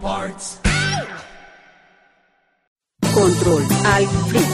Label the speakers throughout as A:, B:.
A: Parts.
B: Control al Freak.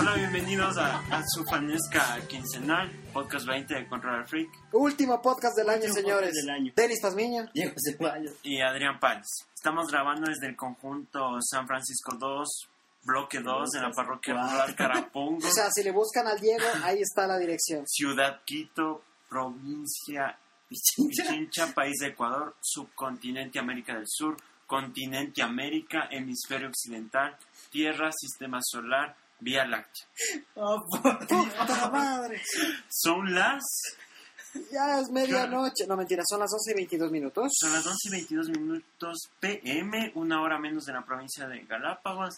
C: Hola, bienvenidos a, a su fanesca quincenal, podcast 20 de Control al Freak
D: Último podcast del año,
E: Último
D: señores.
E: podcast del año.
D: Denis Tasmiña.
E: Diego Ceballos.
C: y Adrián Páez. Estamos grabando desde el conjunto San Francisco 2, bloque 2 en la parroquia rural Carapungo,
D: O sea, si le buscan al Diego, ahí está la dirección.
C: ciudad Quito, provincia Pichincha, país de Ecuador, subcontinente América del Sur, continente América, hemisferio occidental, tierra, sistema solar, vía láctea.
E: Oh, por
D: ¡Puta madre!
C: Son las,
D: Ya es medianoche. No, mentira, son las 11 y 22 minutos.
C: son las 11 y 22 minutos pm, una hora menos de la provincia de Galápagos.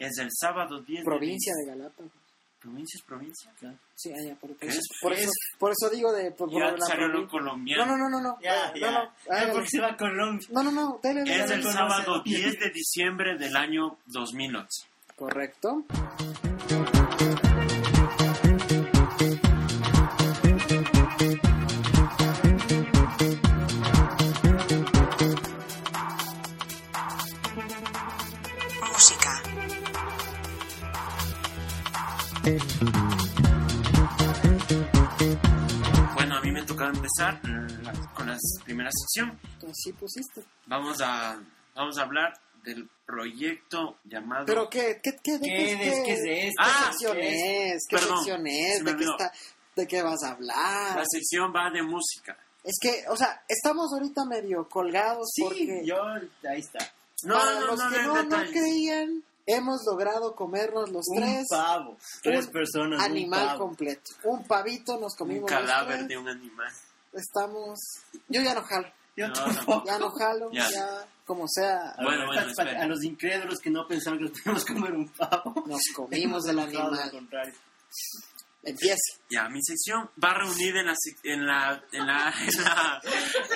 C: Es el sábado 10
D: Provincia
C: de...
D: de Galápagos.
C: ¿Provincias, provincia?
D: Sí, allá, por, por
C: ¿Qué
D: eso,
C: es?
D: por, eso, por eso digo de... Por, por
C: Ya
D: la
C: salió lo
D: provincia.
C: colombiano.
D: no, no, no, no, no.
E: Ya,
D: no,
E: ya.
D: no, hágale.
E: Ah, porque se va a Colombia.
D: no, no, no, dale, dale,
C: Es
D: dale.
C: el sábado 10 de diciembre del año 2008.
D: Correcto.
B: Música.
C: Bueno, a mí me tocaba empezar la- con la primera sección.
D: Así pusiste.
C: Vamos a, vamos a hablar del proyecto llamado...
D: ¿Pero qué? ¿Qué, qué, de
E: ¿Qué es- qué es de esto?
D: ¿Qué
C: Ah,
D: sección
E: ¿qué
D: es? ¿Qué
C: Perdón,
D: sección
C: se
D: es?
C: me
D: ¿De qué,
C: olvidó.
D: está, ¿De qué vas a hablar?
C: La sección va de música.
D: Es que, o sea, estamos ahorita medio colgados
E: Sí,
D: porque
E: yo, ahí está.
C: No,
D: para
C: no,
D: los
C: no, no,
D: que no, no
C: detalles.
D: creían, hemos logrado comernos los
E: Un
D: tres
E: pavo. Tres
D: un
E: personas.
D: animal
E: un pavo.
D: completo. Un pavito nos
C: Un
D: comimos. los
C: cadáver
D: tres.
C: de un animal.
D: Estamos... Yo ya no jalo,
E: Yo
C: No,
E: tampoco.
D: ya no jalo,
C: Ya.
D: ya, como sea,
E: A, ver,
C: Bueno, bueno,
E: pa- pa-
C: espera.
E: a los incrédulos que no pensaron que nos podíamos comer un pavo.
D: nos comimos del
E: Pensaron lo
D: animal.
E: contrario.
D: Empieza.
C: Ya, mi sección va reunida en la, sec- en la, en la, en la,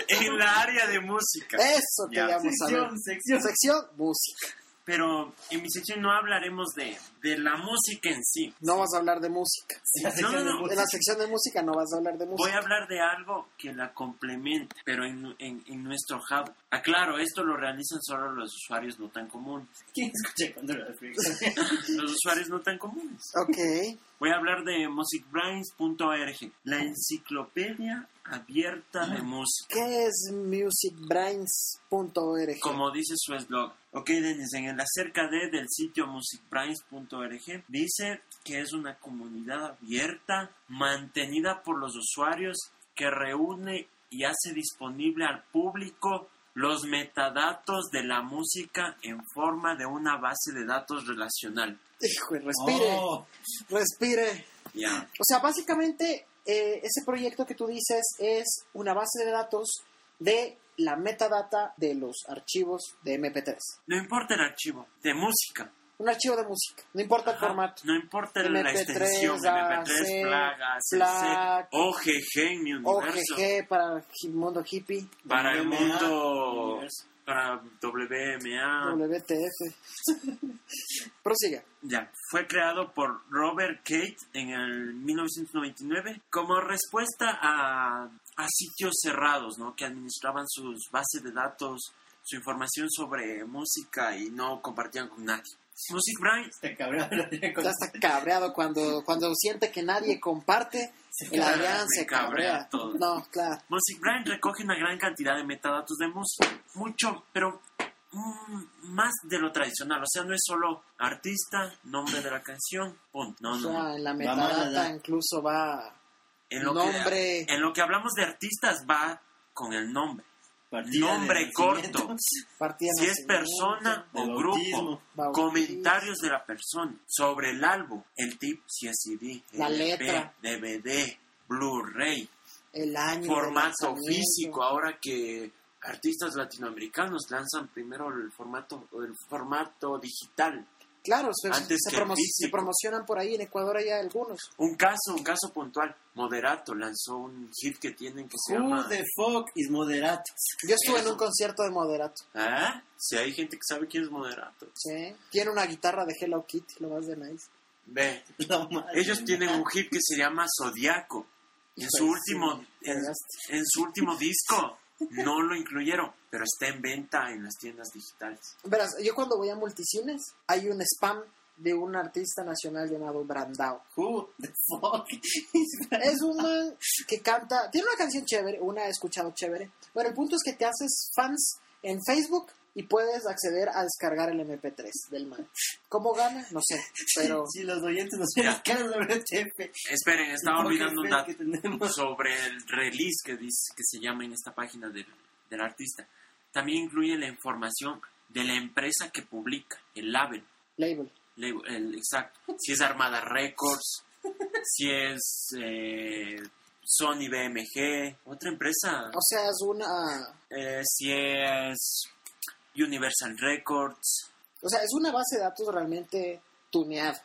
C: en la área de música.
D: Eso
C: Ya.
D: queríamos saber.
E: Sección, sección.
D: Sección, música.
C: Pero en mi sección no hablaremos de, de la música en sí.
D: No vas a hablar de música.
E: La sección
C: No, no,
E: de
C: no.
D: En
E: música.
D: la sección de música no vas a hablar de
C: Voy
D: música.
C: a hablar de algo que la complementa, pero en, en, en nuestro hub. Aclaro, esto lo realizan solo los usuarios no tan comunes.
E: ¿Quién escucha Control al Freak?
C: Los usuarios no tan comunes.
D: Ok.
C: Voy a hablar de musicbrains.org, la enciclopedia abierta de música.
D: ¿Qué es musicbrains.org?
C: Como dice su eslogan. Ok, Denis, en el acerca de del sitio musicbrains.org dice que es una comunidad abierta, mantenida por los usuarios, que reúne y hace disponible al público los metadatos de la música en forma de una base de datos relacional.
D: Hijo, respire,
E: Oh,
D: respire.
C: Ya.
D: O sea, básicamente, eh, ese proyecto que tú dices es una base de datos de la metadata de los archivos de MP3.
C: No importa el archivo de música.
D: Un archivo de música, no importa el
C: Ajá.
D: formato.
C: No importa la
D: MP3,
C: extensión, MP3,
D: AC,
C: plaga,
D: FLAC,
C: CC, OGG en mi universo.
D: OGG para hi- mundo hippie,
C: Para el
E: WMA,
C: mundo. Ah.
E: universo.
C: Para WMA.
D: WTF. Prosiga.
C: Ya. Fue creado por Robert Kate en el 1999 como respuesta a, a sitios cerrados, ¿no? Que administraban sus bases de datos, su información sobre música y no compartían con nadie. Music Brains
E: Este cabrón lo tiene con-
D: Ya está cabreado cuando, cuando siente que nadie comparte. El
C: cabrea,
D: Adrián
C: se
D: se
C: cabrea
D: cabrea.
C: todo.
D: No, claro.
C: MusicBrain recoge una gran cantidad de metadatos de música, mucho, pero mm, más de lo tradicional. O sea, no es solo artista, nombre de la canción, punto. No,
D: O
C: no, no.
D: sea, en la
E: Va mal,
D: metadata
E: ¿verdad?
D: incluso va
C: En lo,
D: nombre.
C: que, en lo que hablamos de artistas va con el nombre.
E: Partida de
C: Nombre
E: nacimiento,
C: corto.
D: partida de
C: Si es
D: nacimiento,
C: persona
E: de
C: o
E: bautismo,
C: grupo,
D: bautismo.
C: comentarios de la persona sobre el álbum, el tip, si es CD,
D: La
C: LP,
D: letra.
C: DVD, Blu-ray,
D: el año, de
C: formato
D: lanzamiento.
C: físico. Ahora que artistas latinoamericanos lanzan primero el formato, el formato digital.
D: Claro, se,
C: Antes
D: se
C: que
D: promo-
C: físico.
D: se promocionan por ahí, en Ecuador hay algunos.
C: Un caso, un caso puntual. Moderato lanzó un hit que tienen que se
E: Who
C: llama.
E: the fuck is moderato?
D: Yo estuve en un concierto de Moderato,
C: ¿Ah? Si hay gente que sabe quién es Moderato.
D: ¿sí? Tiene una guitarra de Hello Kitty, lo más de nice.
C: Ve,
E: La madre.
C: Ellos tienen un hit que se llama Zodiaco. En su
D: Pues,
C: último,
D: sí,
C: en,
D: pegaste.
C: en su último disco no lo incluyeron, pero está en venta en las tiendas digitales.
D: Verás, yo cuando voy a multicines, hay un spam de un artista nacional llamado Brandao.
E: Who the fuck is
D: Es un man que canta, tiene una canción chévere, una he escuchado chévere. Bueno, el punto es que te haces fans en Facebook y puedes acceder a descargar el MP3 del man. ¿Cómo gana? No sé, pero...
E: Si los oyentes nos hacen
C: Ya.
E: caso sobre el chepe.
C: Esperen, estaba
E: Porque
C: olvidando un
E: es
C: dato
E: que tenemos.
C: sobre el release que dice que se llama en esta página del, del artista. También incluye la información de la empresa que publica, el label,
D: Label.
C: label, el exacto. Si es Armada Records, si es eh, Sony BMG, otra empresa.
D: O sea, es una...
C: eh, si es Universal Records,
D: O sea, es una base de datos realmente tuneada,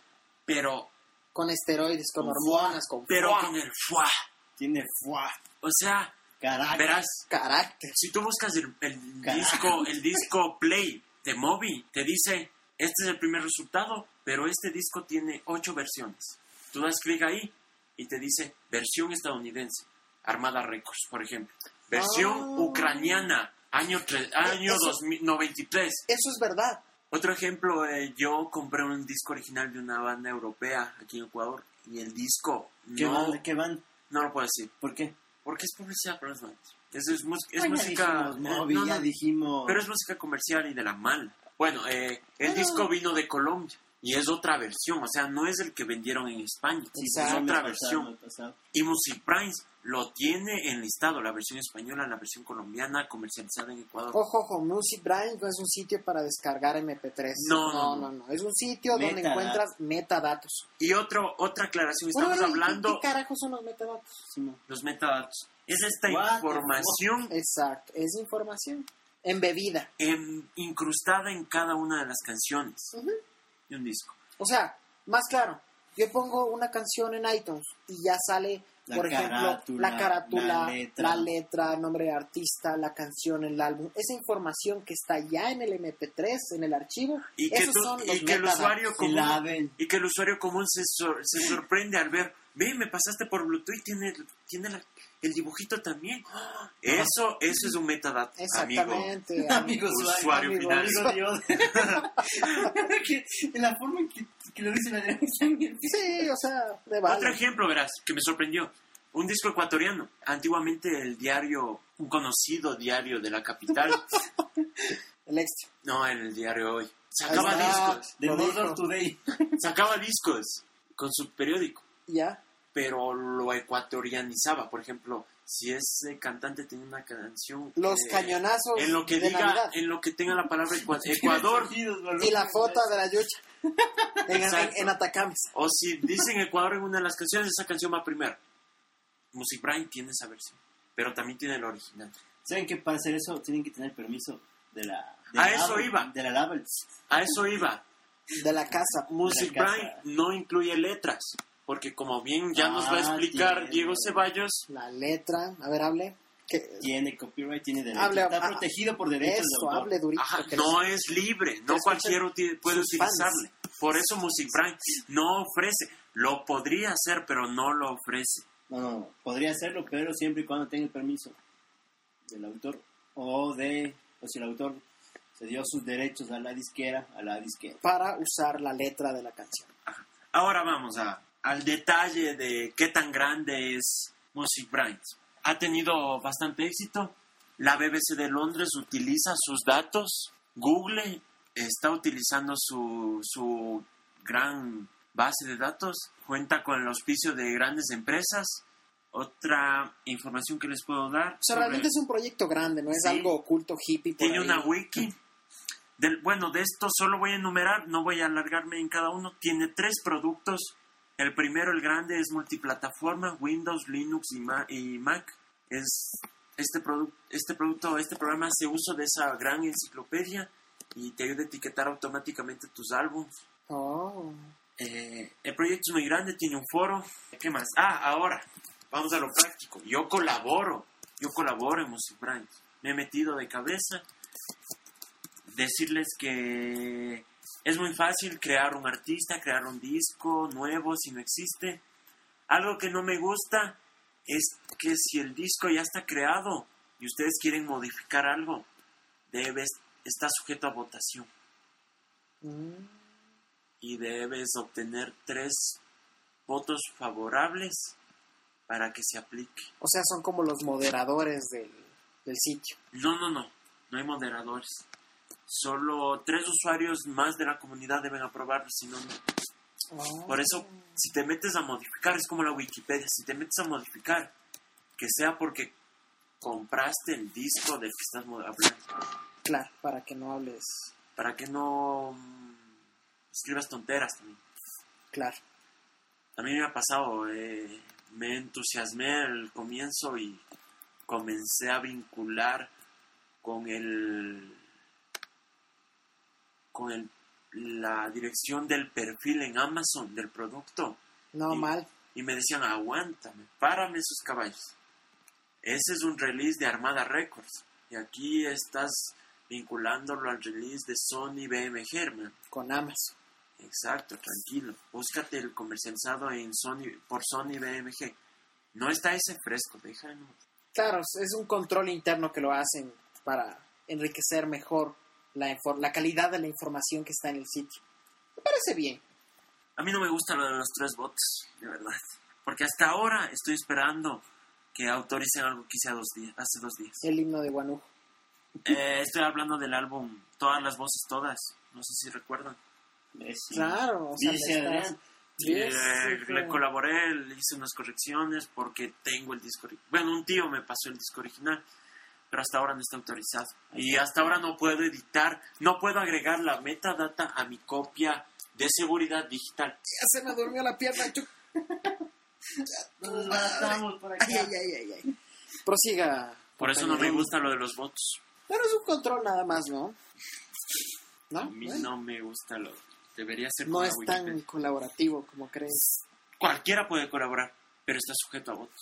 C: pero,
D: con esteroides, con
E: Con
D: hormonas, con
C: pero
D: fuá,
C: con el FUA.
E: Tiene fuá.
C: O sea,
E: Carajo.
C: verás,
D: carácter.
C: si tú buscas el, el
E: Carajo.
C: disco, el disco Play de Moby, te dice, este es el primer resultado, pero este disco tiene ocho versiones. Tú das clic ahí y te dice, versión estadounidense, Armada Records, por ejemplo. Versión
D: Ah.
C: ucraniana, año, tre- año
D: Eso-
C: 2093.
D: Eso es verdad.
C: Otro ejemplo, eh, yo compré un disco original de una banda europea aquí en Ecuador y el disco
E: ¿Qué
C: no,
E: van? ¿Qué van?
C: no lo puedo decir
E: ¿Por qué?
C: porque es publicidad para las bandas. Es, es mus- es
E: Ay, ya
C: música,
E: dijimos,
C: eh,
E: Moby,
C: no,
E: ya
C: no,
E: dijimos.
C: pero es música comercial y de la mala. Bueno, eh, el disco vino de Colombia y es otra versión, o sea, no es el que vendieron en España, es
D: Exacto.
C: otra
E: Pasado,
C: versión.
E: pasado.
C: Y Music Primes lo tiene enlistado, la versión española, la versión colombiana, comercializada en Ecuador.
D: Ojo, ojo, Music Brain no es un sitio para descargar MP3.
C: No,
D: no,
C: no,
D: no. no. Es un sitio donde
E: Metadatos.
D: encuentras metadatos.
C: Y otro, otra aclaración, estamos
D: Bueno, ¿y
C: hablando
D: ¿Qué carajos son los metadatos?
E: Simón.
C: los metadatos. Es esta
E: What the
C: información
D: Ah, Exacto, es información embebida.
C: em- incrustada en cada una de las canciones
D: Ujú.
C: de un disco.
D: O sea, más claro, yo pongo una canción en iTunes y ya sale,
E: La
D: por ejemplo,
E: carátula,
D: la carátula, la
E: la
D: letra.
E: letra.
D: nombre de artista, la canción, el álbum. Esa información que está ya en el MP3, en el archivo,
C: Y que,
D: esos
C: tú-
D: son los
C: y que el
D: metadatos.
C: usuario
E: El
C: común,
E: Abel.
C: y que el usuario común se, sor- se sorprende al ver, ve, me pasaste por Bluetooth, tiene, tiene la- el dibujito también. ¡Ah! Eso, eso es un metadato, amigo.
D: Exactamente. amigo.
E: Amigo
C: Usuario
E: usuario, amigo,
C: final.
E: amigo Dios. Que la forma en que, que lo dice la de
D: Sí, o sea, de
C: Otro
D: vale.
C: ejemplo, verás, que me sorprendió. Un disco ecuatoriano. Antiguamente el diario, un conocido diario de la capital.
D: El extra.
C: no, el diario hoy.
D: Ahí
C: Sacaba
D: está.
C: discos.
E: de
D: Lo
E: Mother
D: dijo.
E: Today.
C: Sacaba discos con su periódico.
D: Ya.
C: pero lo ecuatorianizaba. Por ejemplo, si ese cantante tiene una canción.
D: Los
C: eh,
D: cañonazos
C: En lo que
D: de
C: diga,
D: Navidad.
C: en lo que tenga la palabra ecua- Ecuador.
D: Y la foto de la yucha. en, en,
C: Exacto.
D: en Atacames.
C: o si dicen Ecuador en una de las canciones, esa canción va primero. Music Brain tiene esa versión, pero también tiene el original.
E: ¿Saben que para hacer eso tienen que tener permiso de la.
C: A
E: de la
C: eso
E: Abel,
C: iba.
E: De la Label.
C: A eso iba.
D: De la casa.
C: Music
E: La casa.
C: Brain no incluye letras, porque como bien ya nos va a
E: Ah,
C: explicar
E: tiene.
C: Diego Ceballos,
D: La letra. A ver, hable. Que,
E: Tiene copyright, tiene derecho.
D: Hable,
E: está
D: ah,
E: protegido por derechos
D: Eso,
E: de autor.
D: hable durito.
C: ajá,
D: que
C: no es libre, no
D: escuchen
C: cualquiera uti- puede
D: sus fans.
C: utilizarle. Por eso Music Brain no ofrece, lo podría hacer, pero no lo ofrece.
E: No, no, no, podría hacerlo, pero siempre y cuando tenga el permiso del autor o de, o si el autor se dio sus derechos a la disquera, a la disquera.
D: para usar la letra de la canción.
C: Ahora vamos a, al detalle de qué tan grande es Music Brains. Ha tenido bastante éxito. La BBC de Londres utiliza sus datos Google está utilizando su, su gran base de datos, cuenta con el auspicio de grandes empresas. Otra información que les puedo dar.
D: O sea,
C: sobre-
D: realmente es un proyecto grande, no es
C: Sí.
D: algo oculto, hippie. por
C: tiene
D: ahí.
C: una wiki. Del, bueno, de esto solo voy a enumerar, no voy a alargarme en cada uno. Tiene tres productos. El primero, el grande, es multiplataforma, Windows, Linux y, Ma- y Mac. Es este, produ- este producto, este programa hace uso de esa gran enciclopedia y te ayuda a etiquetar automáticamente tus álbumes.
D: Oh.
C: Eh, el proyecto es muy grande, tiene un foro. ¿Qué más? Ah, ahora, vamos a lo práctico. Yo colaboro, yo colaboro en Music Brain. Me he metido de cabeza. Decirles que es muy fácil crear un artista, crear un disco nuevo si no existe. Algo que no me gusta es que si el disco ya está creado y ustedes quieren modificar algo, debes, está sujeto a votación
D: Mm.
C: y debes obtener tres votos favorables para que se aplique.
D: O sea, son como los moderadores del, del sitio.
C: No, no, no, no hay moderadores. Solo tres usuarios más de la comunidad deben aprobarlo, si no, no.
D: Oh.
C: Por eso, si te metes a modificar, es como la Wikipedia, si te metes a modificar, que sea porque compraste el disco del que estás mo- hablando,
D: Claro, para que no hables.
C: para que no mm, escribas tonteras también.
D: Claro.
C: A mí me ha pasado, eh, me entusiasmé al comienzo y comencé a vincular con el con el, la dirección del perfil en Amazon del producto
D: No
C: Y-
D: mal.
C: y me decían aguántame, párame esos caballos. Ese es un release de Armada Records y aquí estás vinculándolo al release de Sony BMG, hermano.
D: Con Amazon.
C: Exacto, tranquilo. Búscate el comercializado en Sony, por Sony BMG. No está ese fresco, déjalo.
D: Claro, es- es un control interno que lo hacen para enriquecer mejor la, infor- la calidad de la información que está en el sitio. Me parece bien.
C: A mí no me gusta lo de los tres bots, de verdad. Porque hasta ahora estoy esperando que autoricen algo que hice a dos días, hace dos días.
D: El himno de Guanú.
C: Eh, estoy hablando del álbum Todas las voces, todas. No sé si recuerdan.
E: Messi.
D: Claro, o sea,
E: Dice
D: le estás-
E: Adrián.
D: Sí,
C: Eh,
D: sí,
C: le
D: claro.
C: colaboré, le hice unas correcciones porque tengo el disco original. Bueno, un tío me pasó el disco original, pero hasta ahora no está autorizado. Y hasta ahora no puedo editar, no puedo agregar la metadata a mi copia de seguridad digital.
D: Ya se me durmió la pierna. chuc.
E: Nos matamos por acá.
D: Ay, ay, ay, ay, ay. Prosiga.
C: Por eso no me
D: compañero.
C: gusta lo de los votos.
D: Pero es un control nada más, ¿no?
C: A
D: No,
C: mí
D: Bueno,
C: no me gusta lo. Debería ser
D: no
C: con la
D: es tan
C: Wikipedia.
D: colaborativo como crees.
C: Cualquiera puede colaborar, pero está sujeto a votos.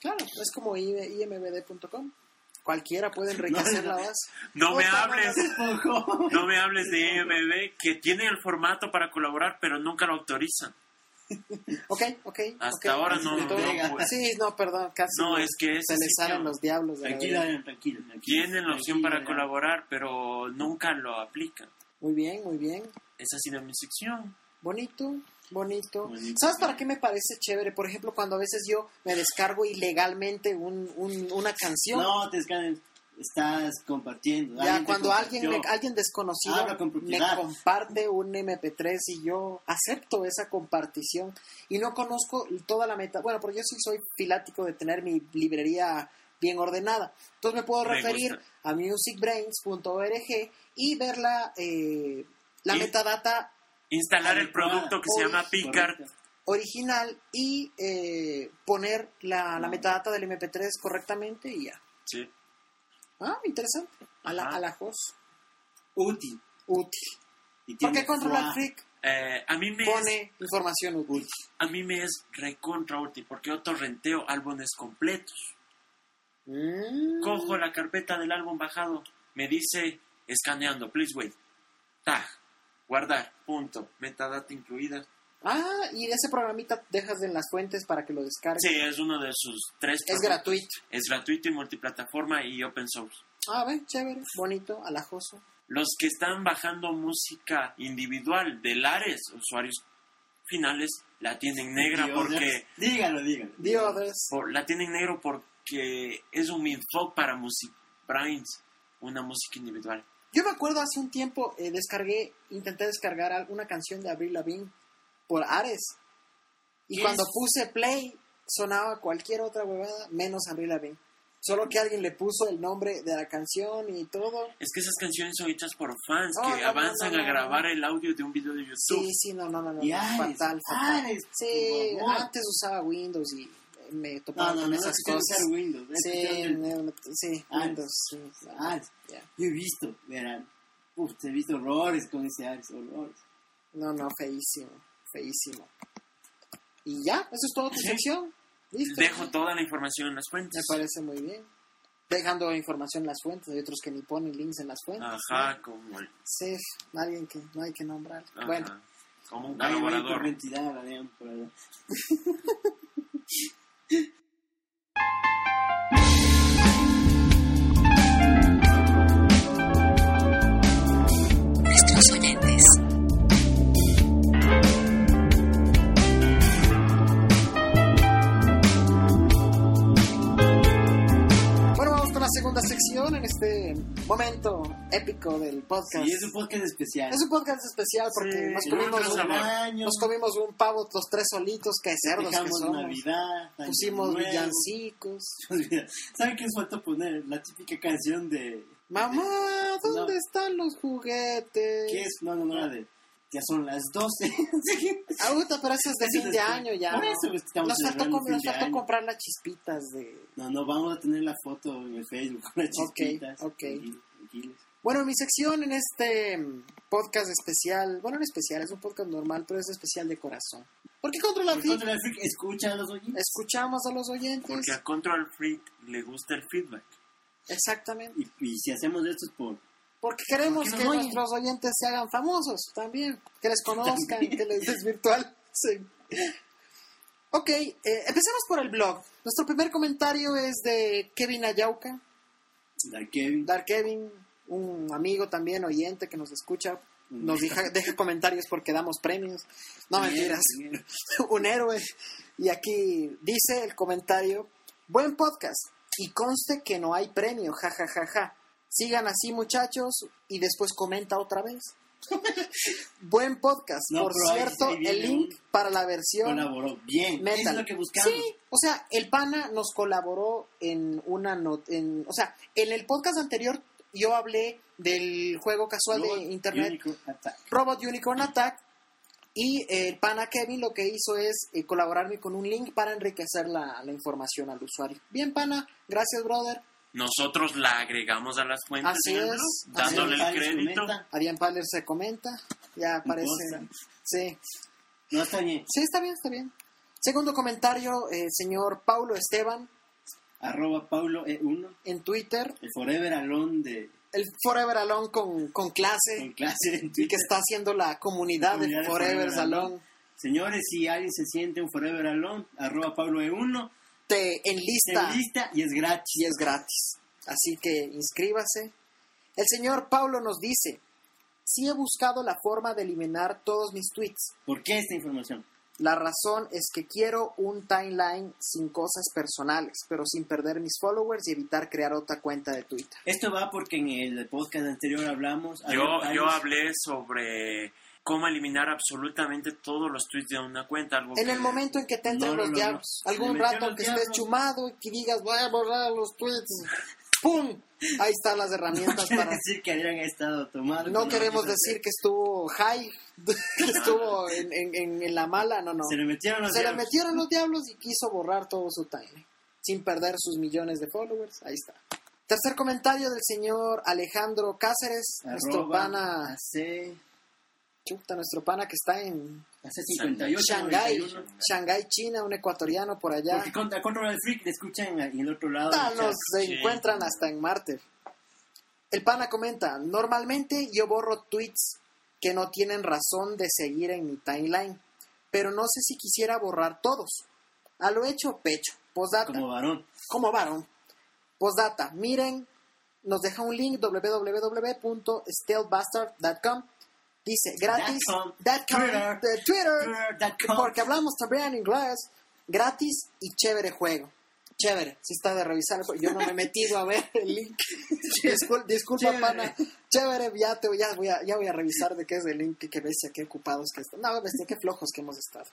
D: Claro, es como I- imbd.com. Cualquiera puede enriquecer
E: No,
D: la
E: no.
D: base.
C: No me
D: Puta
C: hables.
E: Poco.
C: No me hables de EMB que tiene el formato para colaborar, pero nunca lo autorizan.
D: Ok, ok.
C: Hasta
D: ok.
C: ahora no-
D: De todo.
E: no puede.
D: Sí, no, perdón, casi.
C: No, es que
D: se
C: ese
D: le
C: sitio
D: salen los diablos de la
E: Tranquila,
D: vida.
E: Adrián, tranquila. tranquila.
C: tienen la opción para
E: Tranquila, Adrián.
C: colaborar, pero nunca lo aplican.
D: Muy bien, muy bien.
C: Esa ha sido mi sección.
D: Bonito, bonito.
E: Bonito.
D: ¿Sabes para qué me parece chévere? Por ejemplo, cuando a veces yo me descargo ilegalmente un, un- una canción.
E: No te escanes. Estás compartiendo.
D: ya
E: te
D: cuando alguien, me-
E: compartió.
D: alguien desconocido
E: Habla con
D: me
E: propiedad.
D: comparte un MP3 y yo acepto esa compartición y no conozco toda la meta. Bueno, porque yo sí soy filático de tener mi librería bien ordenada. Entonces me puedo
C: Me
D: referir
C: gusta.
D: a musicbrains.org y ver la, eh, la
C: Y-
D: metadata
C: Instalar el
E: Adecuada.
C: producto que se
D: Uy,
C: llama Picard.
E: Correcto.
D: original y eh, poner la, la metadata del MP3 correctamente y ya.
C: Sí.
D: Ah, interesante. A la,
C: Ajá.
D: a la host.
E: Útil.
D: Útil.
E: Y
D: ¿Por qué
E: tiene
D: Control
E: fuá.
D: Alt Freak
C: Eh, a mí me es,
D: pone información útil?
C: a mí me es recontra útil porque yo torrenteo álbumes completos.
D: Mm.
C: Cojo la carpeta del álbum bajado, me dice escaneando, please wait. Tag, guardar, punto, metadata incluida.
D: Ah, y ese programita dejas en las fuentes para que lo descargues.
C: Sí, es uno de sus tres.
D: Es
C: productos.
D: gratuito.
C: Es gratuito y multiplataforma y open source.
D: Ah, ve, chévere, bonito, alajoso.
C: los que están bajando música individual de Lares, usuarios finales, la tienen negra
E: Dios,
C: porque
E: Dígalo, dígalo.
D: The Others.
C: por- la tienen negro porque es un info para Music Brains, una música individual.
D: Yo me acuerdo hace un tiempo eh, descargué, intenté descargar al- una canción de Avril Lavigne por Ares. Y
E: Yes.
D: cuando puse play, sonaba cualquier otra huevada menos Avril Lavigne. Solo que alguien le puso el nombre de la canción y todo.
C: Es que esas canciones son hechas por fans
D: Oh, No,
C: que
D: no,
C: avanzan
D: no, no,
C: a
D: no,
C: grabar el audio de un video de YouTube.
D: Sí, sí, no, no, no, no.
E: Y
D: no,
E: Ares,
D: fatal, fatal.
E: Ares, por
D: sí,
E: favor.
D: antes usaba Windows y eh, me topaba
E: No, no,
D: con
E: no, es
D: esas
E: cuestión de
D: cosas.
E: usar Windows. es
D: Sí,
E: cuestión de-
D: me- me- sí,
E: Ares.
D: Windows. sí,
E: Ares.
D: ya.
E: Yo he visto, verán. Uf, he visto horrores con ese Ares, horrores.
D: No, no, feísimo, feísimo. Y ya, eso es todo tu
C: Sí.
D: sección. Listo.
C: Dejo toda la información en las
D: Me
C: fuentes.
D: parece muy bien. Dejando información en las fuentes, hay otros que ni ponen links en las
E: Ah.
D: fuentes.
C: Ajá, como el-
D: Sí, alguien que no hay que nombrar.
E: Ah.
C: ajá,
D: Bueno,
C: como un
E: Nadie va a ir por
C: colaborador.
E: entidad, la vean por allá.
B: Nuestros oyentes.
D: bueno, vamos con la segunda sección en este momento épico del podcast.
E: Y es un podcast especial.
D: Es un podcast especial porque
C: Sí,
D: nos,
C: y
D: comimos
C: otro
D: un,
C: sabor.
E: año,
D: nos comimos un pavo los tres solitos, que cerdos que
E: dejamos
D: somos.
E: Navidad, Año
D: Pusimos
E: Nuevo.
D: villancicos.
E: ¿Saben qué nos falta poner? La típica canción de...
D: Mamá, ¿dónde
E: No.
D: están los juguetes?
E: ¿Qué es? No, no, no, la de... Ya son las 12.
D: Ahorita, pero eso es de
E: Eso
D: fin
E: es
D: de
E: de-
D: año ya.
E: por
D: ¿no?
E: eso estamos
D: nos faltó,
E: celebrando
D: com-
E: el
D: nos
E: fin de
D: faltó
E: año.
D: comprar las chispitas de...
E: no, no, vamos a tener la foto en el Facebook con las
D: Ok,
E: chispitas.
D: ok.
E: Tranquilos, tranquilos.
D: Bueno, mi sección en este mm, podcast especial, bueno, no especial, es un podcast normal, pero es especial de corazón. ¿Por qué controla
E: Por
D: ti?
E: contra el freak, escucha a los oyentes.
D: Escuchamos a los oyentes.
C: Porque a Control Freak le gusta el feedback.
D: Exactamente.
E: Y, y si hacemos esto es por...
D: Porque queremos
E: Porque nos
D: que
E: oyen.
D: nuestros oyentes se hagan famosos también, que les conozcan, que les desvirtual. Sí. Ok, eh, empecemos por el blog. Nuestro primer comentario es de Kevin Ayauca.
E: Dar Kevin.
D: Dar Kevin, un amigo también, oyente que nos escucha, nos deja, deja comentarios porque damos premios. No
E: Bien,
D: mentiras,
E: bien.
D: un héroe. Y aquí dice el comentario, buen podcast y conste que no hay premio, jajajaja. Sigan así muchachos y después comenta otra vez. buen podcast,
E: No,
D: por
E: pero ahí-
D: cierto,
E: ahí viene
D: el link
E: un-
D: para la versión
E: Colaboró bien. Eso
D: metal.
E: es lo que buscamos.
D: Sí, o sea, el pana nos colaboró en una not en, o sea, en el podcast anterior yo hablé del juego casual
E: Robot
D: de internet
E: Unicorn Attack.
D: Robot Unicorn Attack y el pana Kevin lo que hizo es eh, colaborarme con un link para enriquecer la, la información al usuario. Bien, pana, gracias, brother.
C: Nosotros la agregamos a las fuentes,
D: Así
C: señor,
D: es,
C: ¿no?
D: así
C: dándole
D: es.
C: el crédito.
E: Comenta.
D: Adrián Paller se comenta, ya aparece.
E: Consta.
D: Sí,
E: No está bien.
D: sí, está bien, está bien. Segundo comentario, eh, señor Paulo Esteban
E: Arroba Paulo E1.
D: en Twitter.
E: El Forever Alone de
D: el Forever Alone con, con
E: en
D: clase
E: clase en
D: y que
E: Twitter.
D: está haciendo la comunidad de
E: Comunidad de
D: Forever
E: Forever Alone.
D: Alone.
E: Señores, si alguien se siente un Forever Alone, arroba Pablo E1,
D: Te
E: se
D: enlista
E: lista y es gratis.
D: y es gratis. Así que inscríbase. El señor Paulo nos dice, sí he buscado la forma de eliminar todos mis tweets.
E: ¿Por qué esta información?
D: La razón es que quiero un timeline sin cosas personales, pero sin perder mis followers y evitar crear otra cuenta de Twitter.
E: Esto va porque en el podcast anterior hablamos.
C: Yo,
E: había
C: yo
E: varios-
C: hablé sobre cómo eliminar absolutamente todos los tweets de una cuenta. Algo
D: En
C: que-
D: el momento en que te entren
E: No, no,
D: los
E: no,
D: diablos,
E: no.
D: algún
E: Me metió
D: rato
E: los
D: que estés
E: diablos.
D: chumado y que digas voy a borrar los tweets, ¡pum! Ahí están las herramientas
E: Quiere
D: para...
E: decir que habían estado tomando.
D: No queremos decir que estuvo high, que estuvo en, en- en- en la mala, no, no.
E: Se le metieron los
D: Se le
E: diablos.
D: metieron los diablos y quiso borrar todo su time, sin perder sus millones de followers, ahí está. Tercer comentario del señor Alejandro Cáceres, nuestro
E: Arroba
D: pana,
E: hace,
D: chuta, nuestro pana que está en
E: hace 58.
D: Shanghái,
E: 91.
D: Shanghái, China, un ecuatoriano por allá.
E: Porque contra Control Freak le escuchan en el otro lado.
D: Puta,
E: del chat.
D: los encuentran hasta en Marte. El pana comenta, normalmente yo borro tweets que no tienen razón de seguir en mi timeline, pero no sé si quisiera borrar todos. A lo hecho, pecho. Postdata,
E: Como varón.
D: como varón. Postdata, miren, nos deja un link www.stillbastard.com. Dice, gratis,
E: com,
D: dot com,
E: Twitter,
D: de Twitter,
E: Twitter dot com.
D: porque hablamos también en inglés, gratis y chévere juego. Chévere, si está de revisar. Yo no me he metido a ver el link. Discul- disculpa,
E: Chévere.
D: pana. Chévere, ya, te, ya, voy a, ya voy a revisar de qué es el link y qué bestia, qué ocupados que están. No, bestia, qué flojos que hemos estado.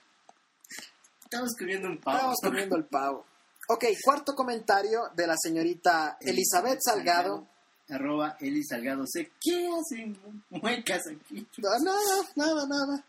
E: Estamos escribiendo un pavo.
D: Estábamos comiendo el pavo. Ok, cuarto comentario de la señorita Elizabeth Salgado.
E: Arroba Eli Salgado C. ¿Qué hacen muecas aquí?
D: No, Nada, nada, nada.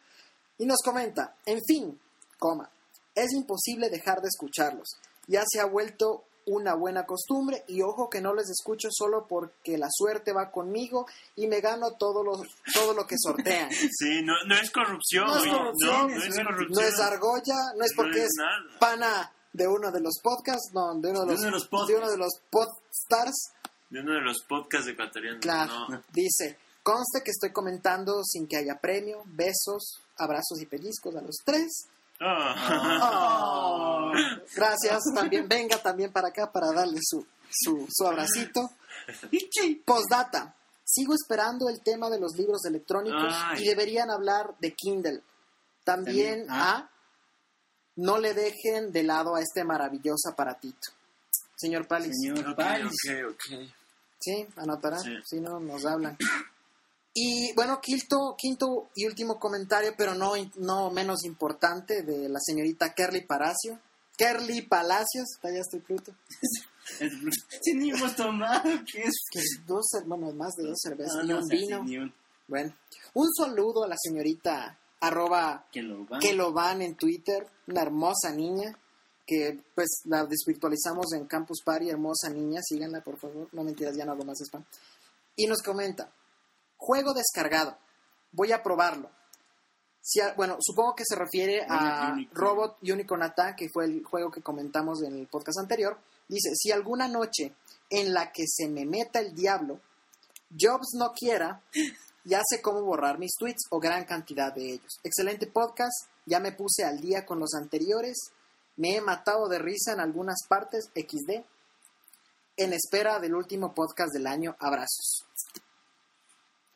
D: Y nos comenta, en fin, coma, es imposible dejar de escucharlos. Ya se ha vuelto una buena costumbre y ojo que no les escucho solo porque la suerte va conmigo y me gano todo lo, todo lo que sortean.
C: Sí, no, no es corrupción,
D: No es
C: oye,
D: corrupción,
C: no, no
E: es
C: es
E: suerte.
C: corrupción.
D: No es argolla, no es porque
C: No es
D: es
C: nada.
D: pana de uno de los podcasts, no, de uno de
E: De
D: los,
E: uno de los
D: de uno de los podstars.
C: De uno de los podcasts ecuatorianos.
D: Claro,
C: No.
D: dice, conste que estoy comentando sin que haya premio, besos, abrazos y pellizcos a los tres.
C: Ah.
D: Oh, Gracias, también venga también para acá para darle su, su, su abracito. Postdata, sigo esperando el tema de los libros electrónicos
C: Ay.
D: y deberían hablar de Kindle. También
E: También,
D: a
E: ah.
D: no le dejen de lado a este maravilloso aparatito. Señor Palis.
E: Señor
C: Ok,
E: Palis.
C: ok, ok.
D: Sí, anotará.
C: Sí.
D: Si no, nos hablan. Y bueno, quinto, quinto y último comentario, pero no, no menos importante, de la señorita Kerly Palacio. Kerly Palacios, allá estoy fruto.
E: Si ni hemos tomado, ¿qué es?
D: Que dos, cer- bueno, más de dos cervezas
E: Ah,
D: y un
E: sé,
D: vino.
E: si ni un-
D: Bueno, un saludo a la señorita arroba
E: Que lo van.
D: que lo van en Twitter, una hermosa niña que pues la desvirtualizamos en Campus Party, hermosa niña, síganla por favor, no mentiras, ya no hago más spam. Y nos comenta, juego descargado, voy a probarlo. Si a- bueno, supongo que se refiere a
E: Robot Unicorn.
D: Robot Unicorn Attack, que fue el juego que comentamos en el podcast anterior. Dice, si alguna noche en la que se me meta el diablo, Jobs no quiera, ya sé cómo borrar mis tweets o gran cantidad de ellos. Excelente podcast, ya me puse al día con los anteriores, me he matado de risa en algunas partes, XD. En espera del último podcast del año, abrazos.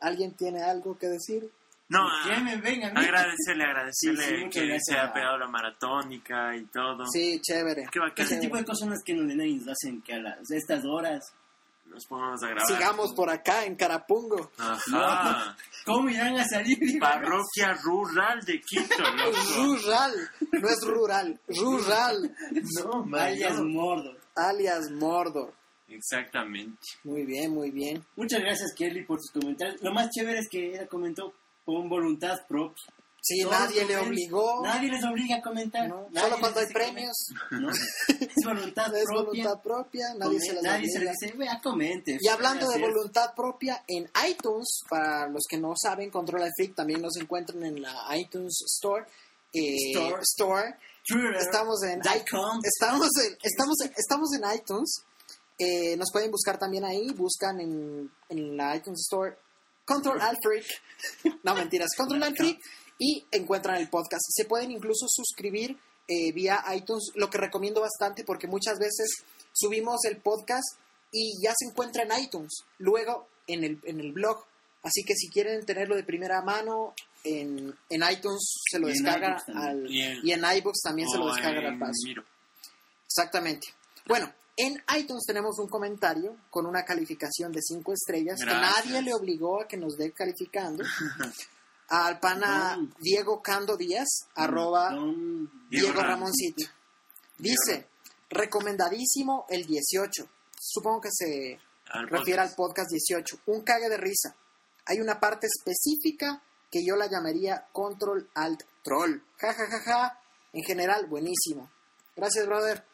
D: ¿Alguien tiene algo que decir?
C: No,
E: Que
C: ah,
E: me vengan.
C: agradecerle, agradecerle
E: Sí, sí, muchas
C: que se
E: gracias.
C: ha pegado la maratónica y todo.
D: Sí, chévere.
C: Qué bacán.
E: Ese tipo de cosas son las que los nenes nos hacen que a las, a estas horas.
C: Nos pongamos a grabar.
D: Sigamos por acá en Carapungo.
C: Ajá.
E: ¿Cómo irán a salir?
C: Parroquia rural de Quito, loco.
D: Rural, no es rural, rural,
C: No,
E: Varias mordo.
D: alias Mordor.
C: Exactamente.
D: Muy bien, muy bien.
E: Muchas gracias, Kelly, por tus comentarios. Lo más chévere es que ella comentó con voluntad propia.
D: Sí,
E: Todos
D: nadie le
E: comentan.
D: obligó.
E: Nadie les obliga a comentar.
D: No,
E: Nadie
D: solo cuando hay
E: les dice
D: premios.
E: que- No, es voluntad
D: Es
E: propia.
D: voluntad propia, nadie
E: Comen-
D: se las
E: nadie se
D: obliga.
E: les dice, vea, comente.
D: Y hablando de
E: Gracias.
D: voluntad propia, en iTunes, para los que no saben, Control al Freak también nos encuentran en la iTunes Store. eh,
E: Store.
D: Store.
E: Twitter,
D: Estamos en,
E: dot
D: i-
E: com.
D: estamos en, estamos en, estamos en iTunes. Eh, nos pueden buscar también ahí. Buscan en, en la iTunes Store Control al Freak. No mentiras, Control al Freak. Y encuentran el podcast. Se pueden incluso suscribir eh, vía iTunes, lo que recomiendo bastante porque muchas veces subimos el podcast y ya se encuentra en iTunes. Luego en el, en el blog. Así que si quieren tenerlo de primera mano en, en iTunes, se lo
E: Y en
D: descargan
E: iBooks también.
D: al.
C: Y en-
D: Y en iBooks también se lo
C: O
D: descargan
C: en
D: al paso.
C: Miro.
D: Exactamente. Bueno, en iTunes tenemos un comentario con una calificación de 5 estrellas
C: Gracias.
D: que nadie le obligó a que nos dé calificando. Al pana
E: Don.
D: Diego Cando Díaz, arroba
E: Don-
D: Diego,
C: Diego
D: Ramoncito. Dice, recomendadísimo el 18. Supongo que se
C: Al
D: refiere
C: podcast.
D: al podcast 18. Un cague de risa. Hay una parte específica que yo la llamaría control alt troll. Ja, ja, ja, ja. En general, buenísimo. Gracias, brother.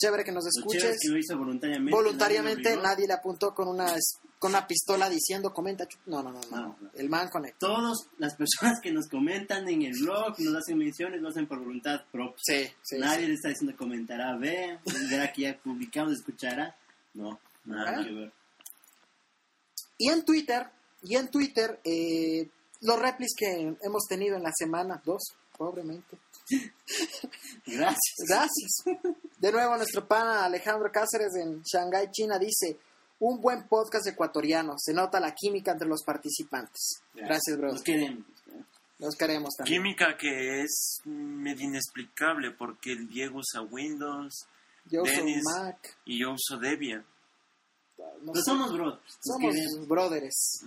D: Chévere que nos
E: Lo chévere
D: escuches.
E: es que lo hizo voluntariamente.
D: Voluntariamente
E: nadie lo obligó.
D: nadie le apuntó con una, es- con una pistola diciendo, comenta. chu-". No, no, no, no.
E: No, no.
D: El man conectó.
E: Todas las personas que nos comentan en el blog, nos hacen menciones, lo hacen por voluntad propia.
D: Sí, sí.
E: Nadie
D: sí.
E: le está diciendo comentará, vea, verá que ya publicamos, escuchará. No, nada
D: Ah.
E: que ver.
D: Y en Twitter, y en Twitter, eh, los replis que hemos tenido en la semana, dos, pobremente.
E: Gracias.
D: Gracias. De nuevo, nuestro pana Alejandro Cáceres en Shanghái, China, dice: Un buen podcast ecuatoriano. Se nota la química entre los participantes. Gracias, bro.
E: Los queremos.
D: Los queremos también.
C: Química que es medio inexplicable porque el Diego usa Windows,
D: Yo uso
C: Dennis
D: Mac.
C: y yo uso Debian.
D: No
E: Pero
D: sé.
E: somos brothers.
D: Somos
E: Escribimos.
D: brothers.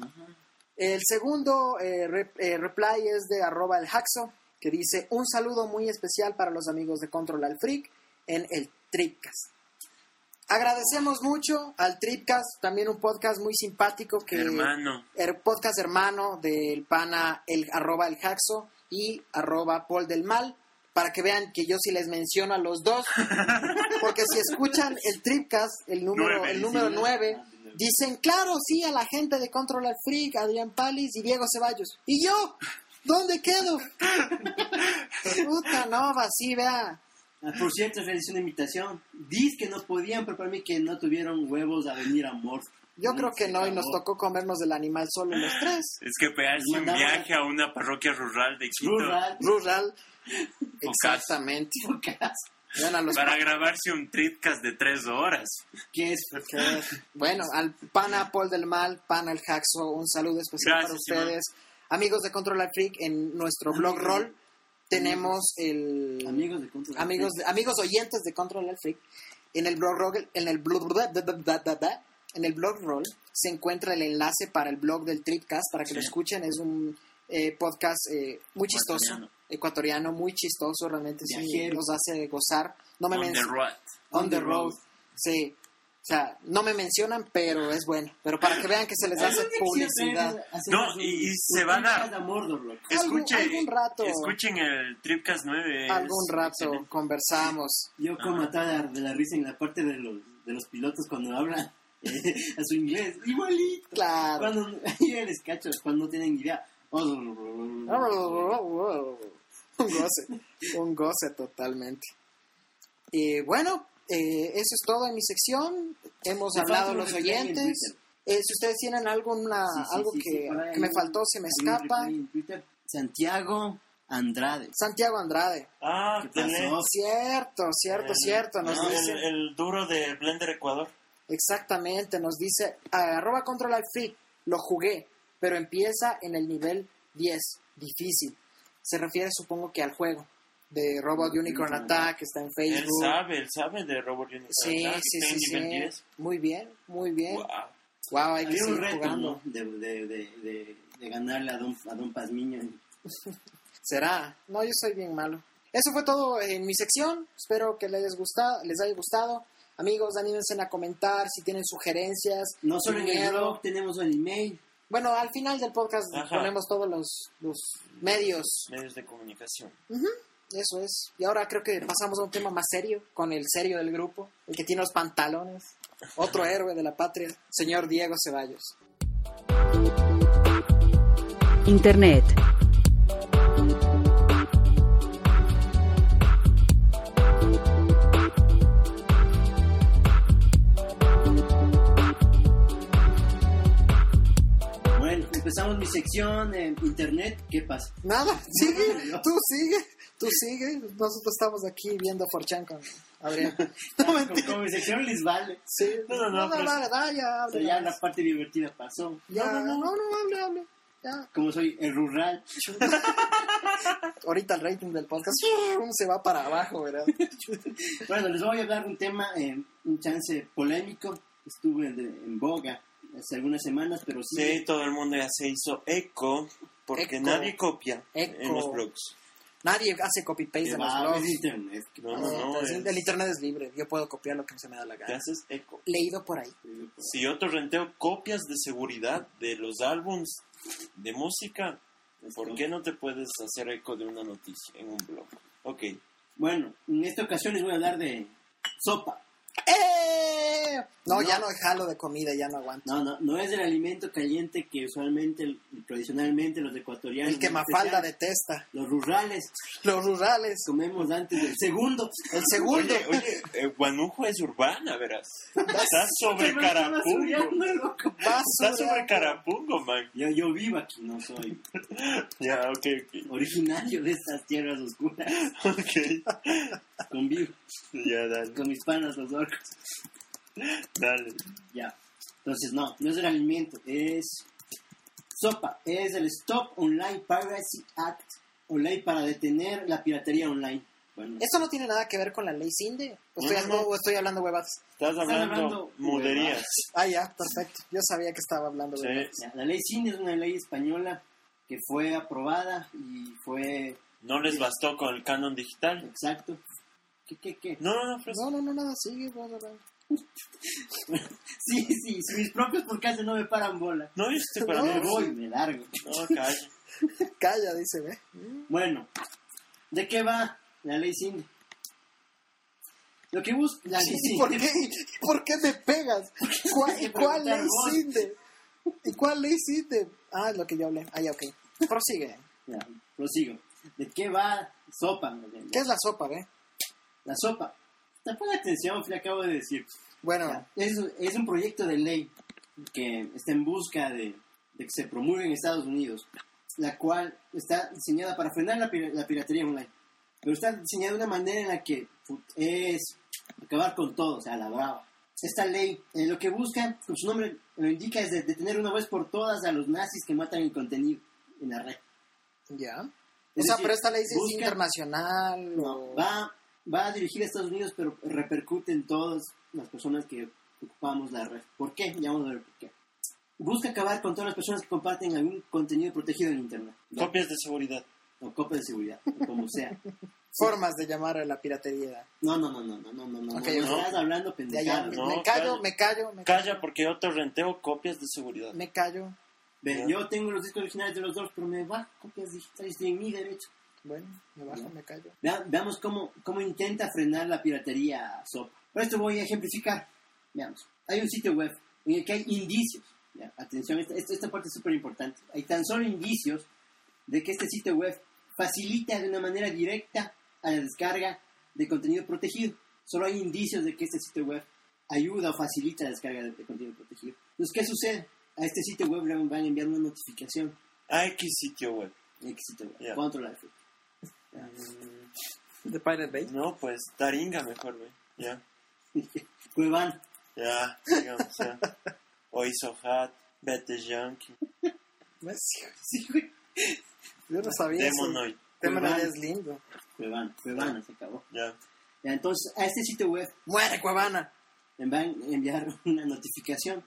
D: El segundo eh, rep- eh, reply es de arroba el Haxo, que dice un saludo muy especial para los amigos de Control al Freak en el Tripcast. Agradecemos mucho al Tripcast, también un podcast muy simpático que...
C: Hermano,
D: el er, podcast hermano del pana el arroba el Haxo y arroba Paul del Mal, para que vean que yo sí les menciono a los dos, porque si escuchan el Tripcast, el número
C: Nueve,
D: el número
E: sí.
D: 9, dicen, claro, sí, a la gente de Control al Freak, Adrián Palis y Diego Ceballos. ¿Y yo? ¿Dónde quedo? Puta, no, va, sí, vea.
E: Ah, Por cierto, realizó una invitación. Diz que no podían, pero para mí que no tuvieron huevos a venir a Morph.
D: Yo creo que no, y nos
E: acabó.
D: tocó comernos del animal solo los tres.
C: es que pegarse un
E: Mandaba-
C: viaje a una parroquia rural de Quito
E: Rural.
D: Rural. Exactamente. Vean a los
C: para grabarse un tripcast de tres horas.
E: ¿Qué es?
D: Bueno, al pana Paul del Mal, pana el Haxo, un saludo especial
C: Gracias,
D: para ustedes. Amigos de Control al Freak, en nuestro blog
E: Amigos.
D: roll tenemos el...
E: Amigos de Control.
D: amigos, amigos oyentes de Control al Freak, en el blog roll, en el blog, en el blog roll se encuentra el enlace para el blog del Tripcast para que lo
C: Sí.
D: escuchen. Es un eh, podcast eh, muy chistoso,
C: Ecuatoriano.
D: ecuatoriano, muy chistoso, realmente sí,
E: Viajero.
D: nos hace gozar. No me
C: On the
D: menc-
C: road.
D: on the road. Sí. O sea, no me mencionan, pero es bueno. Pero para que vean que se les hace publicidad.
C: No, y- y se van a-
E: a Mordor, loco.
D: Algún-
C: Escuchen,
D: algún rato.
C: escuchen el Tripcast 9. es
D: Algún rato
C: excelente.
D: conversamos.
E: Yo
C: Ah.
E: como atada de la risa en la parte de los, de los pilotos cuando hablan eh, a su inglés. Igualito.
D: Claro.
E: Cuando, ahí el escacho, cuando no tienen idea.
D: Ah, Un goce. Un goce totalmente. Y bueno, eh, eso es todo en mi sección. Hemos
E: Me
D: hablado
E: falta
D: a los
E: un replay en
D: oyentes.
E: Twitter.
D: Eh, si ustedes tienen alguna,
E: Sí, sí,
D: algo
E: sí, sí,
D: que,
E: por ahí
D: que me
E: hay un-
D: faltó, se me
E: hay un
D: escapa.
E: replay en Twitter. Santiago Andrade.
D: Santiago Andrade.
C: Ah,
E: ¿Qué
C: dale.
E: pasó?
D: Cierto, cierto,
C: El-
D: cierto. Nos
C: no, el-
D: dice.
C: el duro de Blender Ecuador.
D: Exactamente, nos dice ah, arroba control al freak, lo jugué, pero empieza en el nivel 10, difícil. Se refiere supongo que al juego de Robot Unicorn
E: Ujú.
D: Attack, que está en
C: Él
D: Facebook.
C: sabe, él sabe de Robot Unicorn.
D: Sí,
C: Attack,
D: sí,
C: está
D: sí,
C: en
D: sí.
C: nivel 10.
D: Muy bien, muy bien. Wow,
C: Guau.
D: hay que
E: Había un
D: seguir
E: reto
D: jugando.
E: ¿no? de, de, de, de, de ganarle a Don, a don Pazmiño.
D: ¿Será? No, yo soy bien malo. Eso fue todo en mi sección. Espero que les, gustado, les haya gustado. Amigos, anímense a comentar si tienen sugerencias.
E: No solo en el
D: miedo.
E: blog tenemos el email.
D: Bueno, al final del podcast
C: Ajá.
D: ponemos todos los, los medios
C: Medios de comunicación.
D: Eso es. Y ahora creo que pasamos a un tema más serio, con el serio del grupo, el que tiene los pantalones, otro héroe de la patria, señor Diego Ceballos.
B: Internet.
E: Bueno, empezamos mi sección en internet. ¿Qué pasa?
D: Nada, sigue,
E: Dios.
D: tú sigue, tú sigue. Nosotros estamos aquí viendo Forchan con Adrián. No mentira.
E: Como mi sección les vale.
D: Sí,
C: No, no, no,
D: no,
C: pero-
D: vale, da, ya,
E: O sea,
D: hable.
E: pues. ya la parte divertida pasó.
D: Ya,
E: No, no, no.
D: hable, hable. Ya.
E: Como soy el rural.
D: Ahorita el rating del podcast se va para abajo, ¿verdad?
E: Bueno, les voy a hablar de un tema, eh, un chance polémico. Estuve de- en boga hace algunas semanas, pero sí.
C: Sí, todo el mundo ya se hizo eco porque
D: Eco.
C: nadie copia
D: Eco.
C: en los blogs.
D: Nadie hace
E: que
D: copy-paste en los
E: va,
D: blogs.
E: es internet.
C: Este,
E: que
C: No,
E: pasa.
C: no, eh? no.
D: Ah, Entonces,
C: es-
D: El internet es libre, yo puedo copiar lo que se me da la
C: te
D: gana.
C: haces eco.
D: Leído por ahí.
C: Si yo torrenteo copias de seguridad de los álbums de música, ¿por qué no te puedes hacer eco de una noticia en un blog? Ok.
E: Bueno, en esta ocasión les voy a hablar de sopa.
D: ¡Eh! No,
E: No.
D: ya no jalo de comida, ya no aguanto.
E: No, no, no es el alimento caliente que usualmente, tradicionalmente los ecuatorianos.
D: El que
E: en
D: Mafalda
E: especial,
D: detesta.
E: Los rurales
D: Los rurales.
E: comemos antes del segundo.
D: El segundo.
C: Oye, oye, eh, Guanujo es urbana, verás. Está sobre Carapungo. Está
D: basura.
C: sobre Carapungo, man.
E: Yo, yo vivo aquí, no soy
C: Ya, ok, ok.
E: originario de estas tierras oscuras.
C: Ok.
E: Convivo
C: Ya, dale.
E: con mis panas los orcos.
C: Dale.
E: Ya. Entonces, no, no es el alimento, es sopa. Es el Stop Online Piracy Act, o ley para detener la piratería online. Bueno,
D: Eso no tiene nada que ver con la ley Cinde. O estoy,
E: No, no,
D: hablando-
E: no.
D: o estoy hablando huevadas.
F: Estás hablando
E: hablando
F: muderías.
D: Ah, ya, perfecto. Yo sabía que estaba hablando
F: Sí.
D: huevadas.
E: ya, la ley CIN es una ley española que fue aprobada y fue
F: No les bastó con el canon digital.
E: exacto. ¿Qué, qué, qué?
F: No, no, no, pero-
D: No, no, no, nada, sigue. no, no, no.
E: Sí, sí, si mis propios podcasts no me paran bola.
F: no viste para
E: Me
F: mí.
E: voy, me largo.
F: No, calla.
D: Calla, dice, ve.
E: Bueno, ¿de qué va la ley CIN? Lo que busca la ley
D: ¿Y
E: CIN.
D: por qué, por qué me pegas? ¿Cuál, ¿Y cuál
E: Preguntar
D: ley
E: vos.
D: Cinde? ¿Y cuál ley Cinde? Ah, es lo que yo hablé. Ah, ya, ok. Prosigue.
E: Ya, prosigo. ¿De qué va sopa?
D: ¿Qué es la sopa, ve?
E: La sopa. Te pon atención, le acabo de decir.
D: Bueno,
E: Es, es un proyecto de ley que está en busca de, de que se promulgue en Estados Unidos, la cual está diseñada para frenar la, pira- la piratería online. Pero está diseñada de una manera en la que pu- es acabar con todo, o sea, la brava. Esta ley eh, lo que busca, como su nombre lo indica, es de- detener una vez por todas a los nazis que matan el contenido en la red.
D: ya. O
E: Es
D: sea,
E: decir,
D: pero esta ley sí es
E: busca-
D: internacional. o-
E: va, va a dirigir a Estados Unidos, pero repercute en todas las personas que ocupamos la red. ¿Por qué? Ya vamos a ver por qué. Busca acabar con todas las personas que comparten algún contenido protegido en Internet. ¿no?
F: Copias de seguridad.
E: O copia de seguridad, o como sea.
D: Formas de llamar a la piratería.
E: No, no, no, no, no, no, no. no,
D: Ok,
E: no
D: no.
E: estás hablando
D: Ya, ya,
E: pendejada.
D: me,
F: no,
D: me callo,
F: calla.
D: me callo, me callo,
F: Calla porque yo te renteo copias de seguridad.
D: me callo.
E: Ve, Yo tengo los discos originales de los dos, pero me va copias digitales, estoy en mi derecho.
D: Bueno, me bajo, me callo.
E: Vea- veamos cómo, cómo intenta frenar la piratería SOP. Por esto voy a ejemplificar. Veamos. Hay un sitio web en el que hay indicios. Ya, atención, esta, esta- esta parte es súper importante. Hay tan solo indicios de que este sitio web facilita de una manera directa a la descarga de contenido protegido. Solo hay indicios de que este sitio web ayuda o facilita la descarga de, de contenido protegido. Entonces, ¿qué sucede? A este sitio web le van a enviar una notificación.
F: A Ah, X sitio web.
E: X sitio web.
F: Ya.
E: Control F.
D: ¿De Pirate Bay?
F: No, pues Taringa mejor, güey. Ya,
E: Cuevana.
F: ya, digamos, ya. O Isohat, Bete Yankee,
D: Pues,
E: Sí, güey.
D: Yo
E: Ah,
D: no sabía eso.
F: Demonoid.
D: Demonoid
E: Cuevana.
D: es lindo.
E: Cuevana, Cuevana se acabó.
F: Ya.
E: Ya, entonces, a este sitio web
D: ¡Muere, Cuevana!
E: me van a enviar una notificación.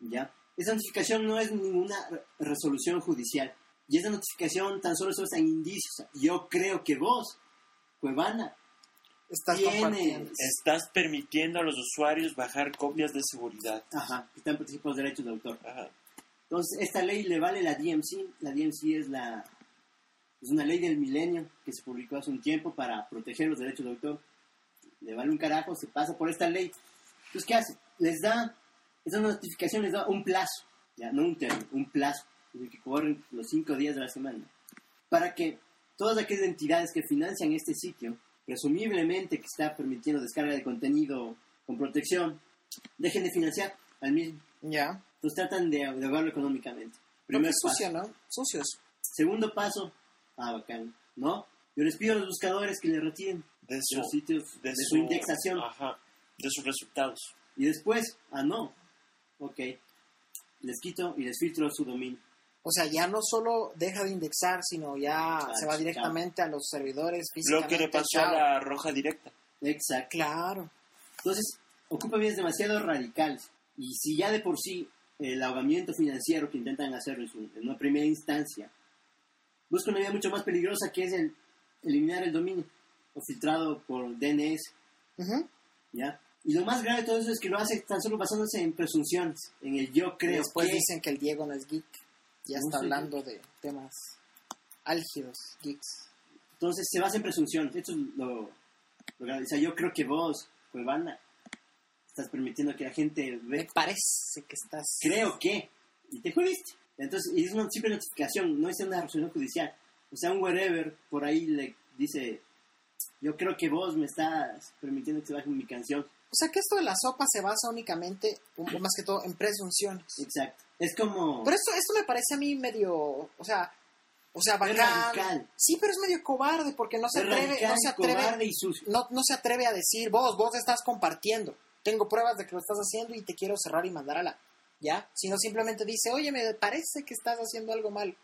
E: ¿ya? Esa notificación no es ninguna re- resolución judicial. Y esa notificación tan solo se basa en indicios. Yo creo que vos, Cuevana,
D: Estás
E: Tienes.
D: compartiendo.
F: Estás permitiendo a los usuarios bajar copias de seguridad.
E: ajá, están protegidos los derechos de autor.
F: Ajá.
E: Entonces, esta ley le vale la DMC. La DMC es la es una ley del milenio que se publicó hace un tiempo para proteger los derechos de autor. Le vale un carajo, se pasa por esta ley. Entonces, ¿qué hace? Les da, esa notificación les da un plazo, ya no un término, un plazo, en el que corren los cinco días de la semana, para que todas aquellas entidades que financian este sitio, presumiblemente que está permitiendo descarga de contenido con protección, dejen de financiar al mismo.
D: Ya.
E: Entonces tratan de ahogarlo económicamente.
D: Primer
E: Primer
D: sucio,
E: paso.
D: ¿no? Sucios.
E: Segundo paso. Ah, bacán. ¿No? Yo les pido a los buscadores que le retiren
F: De
E: de los
F: su,
E: sitios de, su, ah. indexación.
F: Ajá. De sus resultados.
E: Y después, ah, no. Ok. Les quito y les filtro su dominio.
D: O sea, ya no solo deja de indexar, sino ya
E: Claro,
D: se va
E: sí,
D: directamente a los servidores
F: Lo
D: físicamente.
F: que le pasó a
D: chao.
F: la roja directa.
E: Exacto.
D: Claro.
E: Entonces, ocupa bienes demasiado radicales. Y si ya de por sí el ahogamiento financiero que intentan hacer en, su- en una primera instancia, busca una vía mucho más peligrosa que es el eliminar el dominio o filtrado por DNS.
D: Ujú.
E: ¿ya? Y lo más grave de todo eso es que lo hace tan solo basándose en presunciones, en el yo
D: Y
E: creo
D: después
E: que...
D: dicen que el Diego no es geek. Ya
E: No
D: está
E: soy
D: hablando de temas álgidos, geeks.
E: Entonces se basa en presunciones. Esto es lo, lo grave. O sea, yo creo que vos, Cuevana, estás permitiendo que la gente
D: Me
E: ve...
D: parece que estás...
E: Creo que... Y te juriste. Entonces, y es una simple notificación, no es una resolución judicial. O sea, un wherever por ahí le dice... Yo creo que vos me estás permitiendo que se baje mi canción.
D: O sea, que esto de la sopa se basa únicamente, o más que todo, en presunciones.
E: Exacto. Es como...
D: Pero esto, esto me parece a mí medio, o sea, o sea,
E: Es
D: bacán.
E: radical.
D: Sí, pero es medio cobarde porque no se
E: es
D: atreve, no
E: radical,
D: se atreve,
E: cobarde y sucio.
D: no, no se atreve a decir, vos, vos estás compartiendo. Tengo pruebas de que lo estás haciendo y te quiero cerrar y mandar a la, ¿ya? Sino simplemente dice, oye, me parece que estás haciendo algo mal.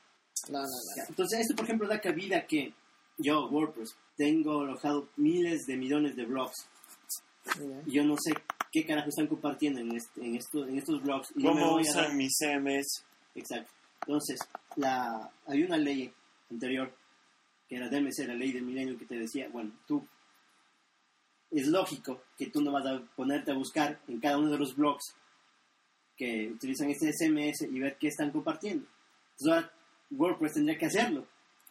D: No, no, no.
E: Ya, Entonces, esto, por ejemplo, da cabida a que yo, WordPress, tengo alojado miles de millones de blogs.
D: Mira. ¿eh?
E: Y yo no sé qué carajo están compartiendo en, este- en, esto- en estos blogs. Y yo me
F: ¿Cómo
E: voy a dar-
F: usan mis CMS?
E: Exacto. Entonces, la, hay una ley anterior, que era DMC, la ley del milenio, que te decía, bueno, tú, es lógico que tú no vas a ponerte a buscar en cada uno de los blogs que utilizan este SMS y ver qué están compartiendo. Entonces ahora WordPress tendría que hacerlo,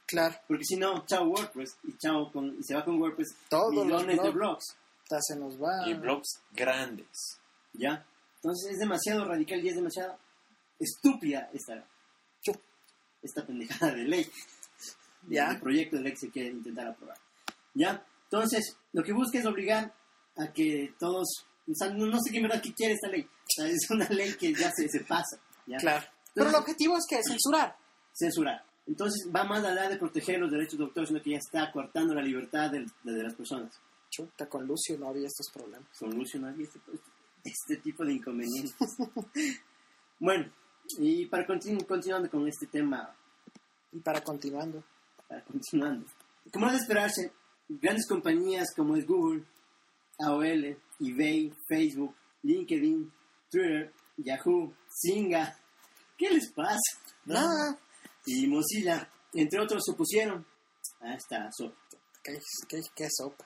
D: Claro,
E: porque si no, chao WordPress, y chao con, y se va con WordPress
D: Todos los
E: millones de
D: blogs.
E: blogs,
D: ya se nos va.
E: Ah.
F: Y blogs grandes.
E: ¿ya? Entonces es demasiado radical y es demasiado estúpida esta, esta pendejada de ley.
D: Ya.
E: el proyecto de ley que se quiere intentar aprobar. ¿Ya? Entonces, lo que busca es obligar a que todos, o sea, no, no sé qué en verdad que quiere esta ley, O sea, es una ley que ya se, se pasa, ¿ya?
D: Claro. Pero el objetivo es que censurar.
E: Censurar. Entonces, va más allá de proteger los derechos de autor, sino que ya está coartando la libertad del- de, de las personas.
D: Chuta, con Lucio no había estos problemas.
E: Solucionar este, este tipo de inconvenientes. bueno, y para continu- continuando con este tema
D: Y para continuando.
E: Para continuando. Como es de esperarse, grandes compañías como es Google, AOL, eBay, Facebook, LinkedIn, Twitter, Yahoo, Singa, ¿qué les pasa?
D: Nada.
E: Y Mozilla, entre otros, se pusieron a esta sopa.
D: ¿Qué, qué, qué sopa?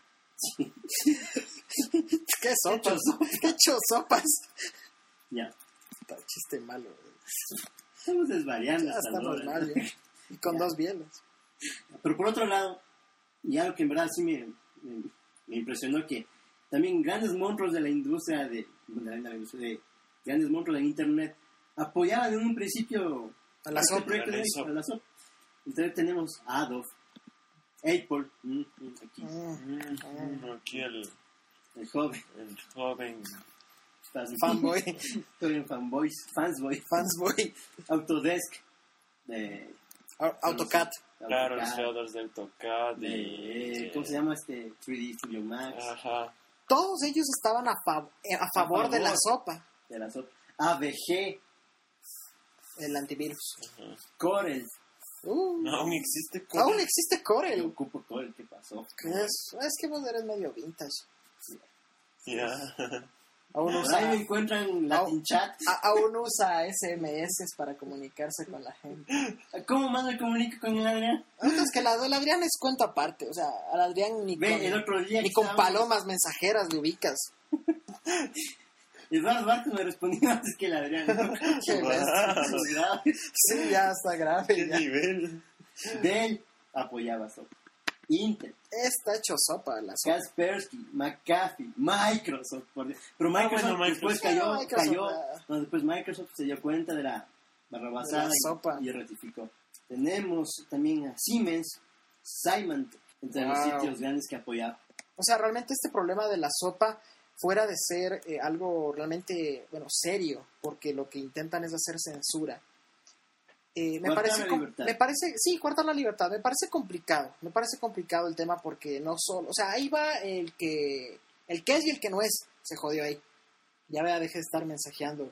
D: ¿Qué sopas? ¿Qué hecho sopas?
E: Ya,
D: Está chiste malo. güey.
E: estamos desvariando
D: Ya
E: hasta
D: estamos
E: ahora.
D: mal. ¿eh? ya. Y con
E: Ya.
D: dos bielos.
E: Pero por otro lado, y algo que en verdad sí me, me, me impresionó que también grandes monstruos de la industria de, de la industria de- grandes monstruos del internet apoyaban en un principio
D: A la
E: este
D: sopa.
E: proyecto de-
F: A la sopa.
E: a la sopa. Entonces tenemos a Adolf, Apple, mm, mm, aquí,
D: Mm,
E: Ah.
F: Mm, Aquí el,
E: el joven,
F: el joven.
E: fans-
D: Fanboy.
E: joven fanboys, fansboy,
D: Fansboy.
E: Autodesk, de,
D: Au- AutoCAD.
F: Claro, los
E: AutoCAD,
F: creadores de AutoCAD.
E: de-
F: y-
E: ¿cómo se llama este? 3D Studio Max,
F: Ajá.
D: Todos ellos estaban a, fav- eh, a favor de la sopa.
E: de la sopa, AVG,
D: El antivirus.
E: Corel,
D: Uh,
F: No, aún existe como
D: Aún existe
E: Yo
D: Corel.
E: ocupo todo el que pasó.
D: Es, es que vos eres medio vintage.
F: Ya.
D: Aún
E: Por
D: usa,
E: ahí me encuentran Latin Chat.
D: Ah, a- aún usa SMS para comunicarse con la gente.
E: ¿Cómo más me comunico con el Adrián?
D: Entonces que la, el Adrián es cuento aparte. O sea, al Adrián ni
E: Ve, el
D: con,
E: otro día.
D: ni
E: que
D: con
E: estábamos-
D: palomas mensajeras le ubicas.
E: Eduardo Barcos me respondió antes que el Adrián.
D: Qué bestia. Sí, ya está
F: ¿Qué
D: grave. ya.
F: nivel?
E: Dell apoyaba Sopa. Intel,
D: Está hecho sopa la sopa.
E: Kaspersky, McAfee, Microsoft. por Dios. Pero Microsoft,
F: bueno, Microsoft.
E: después cayó.
D: Ah, Microsoft,
E: cayó
D: ah.
E: no, después Microsoft se dio cuenta de la barrabasada
D: De la sopa.
E: y, y ratificó. Tenemos también a Siemens, Simon, entre los
D: Wow.
E: sitios grandes que apoyaba.
D: O sea, realmente este problema de la sopa, fuera de ser eh, algo realmente, bueno, serio, porque lo que intentan es hacer censura. eh, me,
E: Coartar
D: parece
E: la
D: com-
E: libertad.
D: me parece, sí, cuartar la libertad, me parece complicado, me parece complicado el tema porque no solo, o sea, ahí va el que, el que es y el que no es, se jodió ahí. Ya vea, deje de estar mensajeando.